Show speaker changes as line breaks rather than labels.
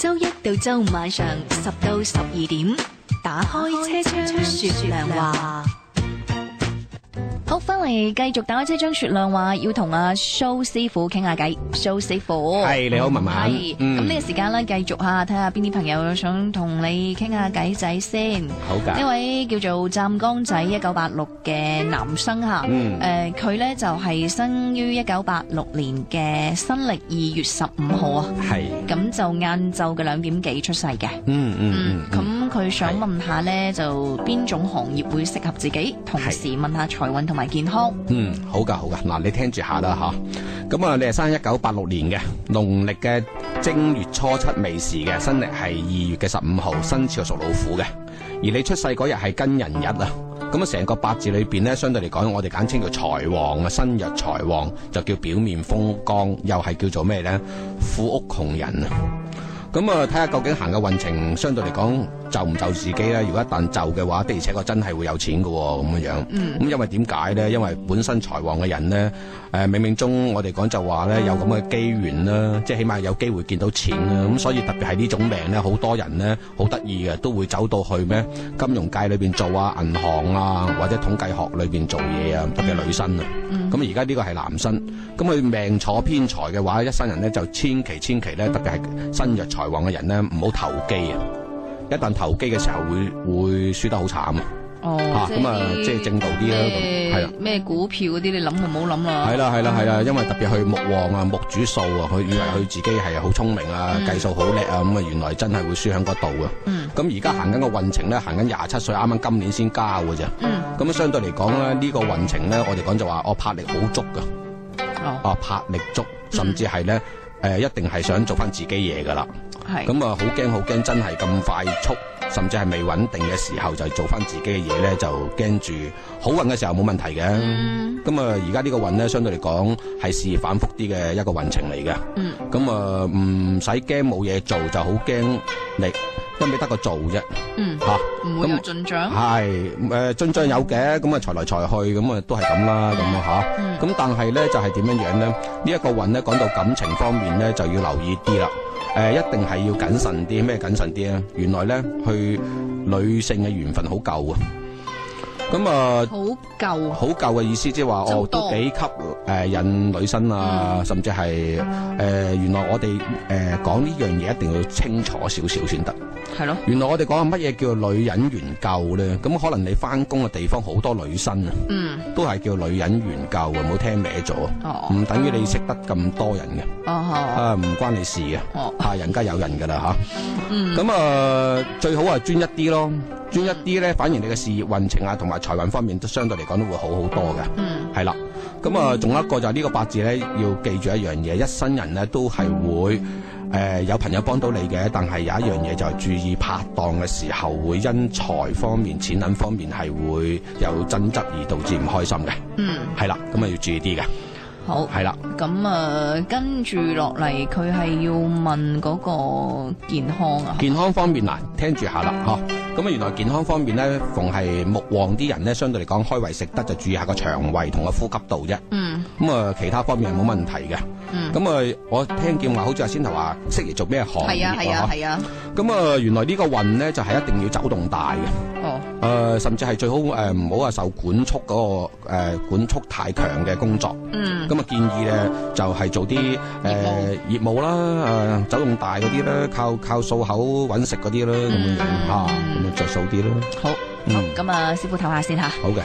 周一到周五晚上十到十二點，打開車窗說亮話。好，翻嚟繼續打開車窗說亮話，要同阿蘇師傅傾下偈。蘇師傅，
係你好文文
係
嗯
咁呢個時間咧，繼續下睇下邊啲朋友想同你傾下偈仔先。
好
呢
㗎，
位叫做湛江仔一九八六嘅男生吓，
嗯
誒佢咧就係生於一九八六年嘅新歷二月十五號啊，
係，
咁就晏晝嘅兩點幾出世嘅。
嗯
嗯
嗯，
咁佢想問下呢，就邊種行業會適合自己，同時問下財運同埋健康。
嗯，好㗎好㗎，嗱你聽住下啦吓，咁啊你係生一九八六年嘅，農曆嘅正月初七未時嘅，新曆係二月嘅十五號，生肖屬老虎嘅，而你出世嗰日係庚寅日啊。咁啊，成個八字裏邊咧，相對嚟講，我哋簡稱叫財旺啊，身弱財旺就叫表面風光，又係叫做咩咧？富屋窮人啊！咁啊，睇下究竟行嘅運程，相對嚟講就唔就自己啦。如果一旦就嘅話，的而且確真係會有錢嘅喎，咁樣樣。咁、因為點解咧？因為本身財旺嘅人咧，誒、冥冥中我哋講就話咧有咁嘅機緣啦，即係起碼有機會見到錢啦。咁所以特別係呢種命咧，好多人咧好得意嘅，都會走到去咩金融界裏邊做啊、銀行啊或者統計學裏邊做嘢啊，特別係女生啊。咁而家呢個係男生，咁佢命坐偏財嘅話，一生人咧就千祈千祈咧，特別係身弱財旺嘅人咧，唔好投機啊！一旦投機嘅時候會會輸得好慘啊！
哦
嚇咁啊，即係正道啲啦，咁係啦。啊
咩股票嗰啲你諗就唔好諗啦。
係啦係啦係啦，因為特別去木旺啊、木主數啊，佢以為佢自己係好聰明啊、計數好叻啊，咁啊原來真係會輸喺嗰度啊。咁而家行緊個運程咧，行緊廿七歲，啱啱今年先交嘅啫。
嗯，
咁啊相對嚟講咧，呢、個運程咧，我哋講就話，我魄力好足㗎。
哦，
啊魄力足，
嗯
甚至係咧誒一定係想做翻自己嘢噶啦。
係。
咁啊好驚好驚，真係咁快速，甚至係未穩定嘅時候就做翻自己嘅嘢咧，就驚住好運嘅時候冇問題嘅。
嗯
咁啊，而家呢個運咧，相對嚟講係事業反覆啲嘅一個運程嚟嘅。
嗯，
咁啊，唔使驚冇嘢做，就好驚你一味得個做啫。
嗯，
嚇、
唔會有
咁
進獎。
係誒進進有嘅，咁啊財來財去，咁啊都係咁啦，咁啊
嗯
嚇。咁但係咧就係點樣樣咧？呢、一個運咧講到感情方面咧就要留意啲啦。誒、一定係要謹慎啲，咩謹慎啲咧？原來咧去女性嘅緣分好夠啊。咁啊
好舊啊，
好舊嘅意思，即係話
就
哦，
多嗯
都幾吸誒引女生啊，甚至係誒、呃原來我哋誒、講呢樣嘢一定要清楚少少先得。
係咯，
原來我哋講緊乜嘢叫女人緣夠咧？咁可能你翻工嘅地方好多女生啊，
嗯，
都係叫女人緣夠啊，唔好聽歪咗，
哦，
唔等於你識得咁多人嘅，
哦，
啊唔關你事嘅。
哦，
啊，人家有人噶啦
嗯
吓，咁啊、最好係專一啲咯，專一啲咧，反而你嘅事業運程啊同埋財運方面都相對嚟講都會好好多嘅。
嗯，
係啦，咁啊，仲有一個就係呢個八字咧，要記住一樣嘢，一生人咧都係會誒、呃有朋友幫到你嘅，但係有一樣嘢就係注意拍檔嘅時候會因財方面、錢銀方面係會有爭執而導致唔開心嘅，
嗯，
係啦，咁啊要注意啲嘅，
好。
係啦，
咁啊，跟住落嚟，佢係要問嗰個健康啊，
健康方面嗱，聽住下啦，嗬、咁啊，原來健康方面咧，逢係木旺啲人咧，相對嚟講開胃食得就注意下個腸胃同個呼吸道啫。
嗯
咁啊，其他方面係冇問題嘅。
嗯，
咁啊，我聽見話好似頭先頭話適宜做咩行業
係啊係啊
啊
係啊，
嗬咁啊，原來呢個運咧就係、一定要走動大嘅。
哦，
誒、甚至係最好誒唔好話受管束嗰、個、誒管束太強嘅工作。
嗯
咁啊，建議咧就係、做啲誒、呃業務啦，誒、啊走動大嗰啲啦，靠靠數口揾食嗰啲啦，咁樣
嗯
樣嚇，咁啊着數啲啦。
好，
嗯，
咁啊，師傅唞下先吓。
好嘅，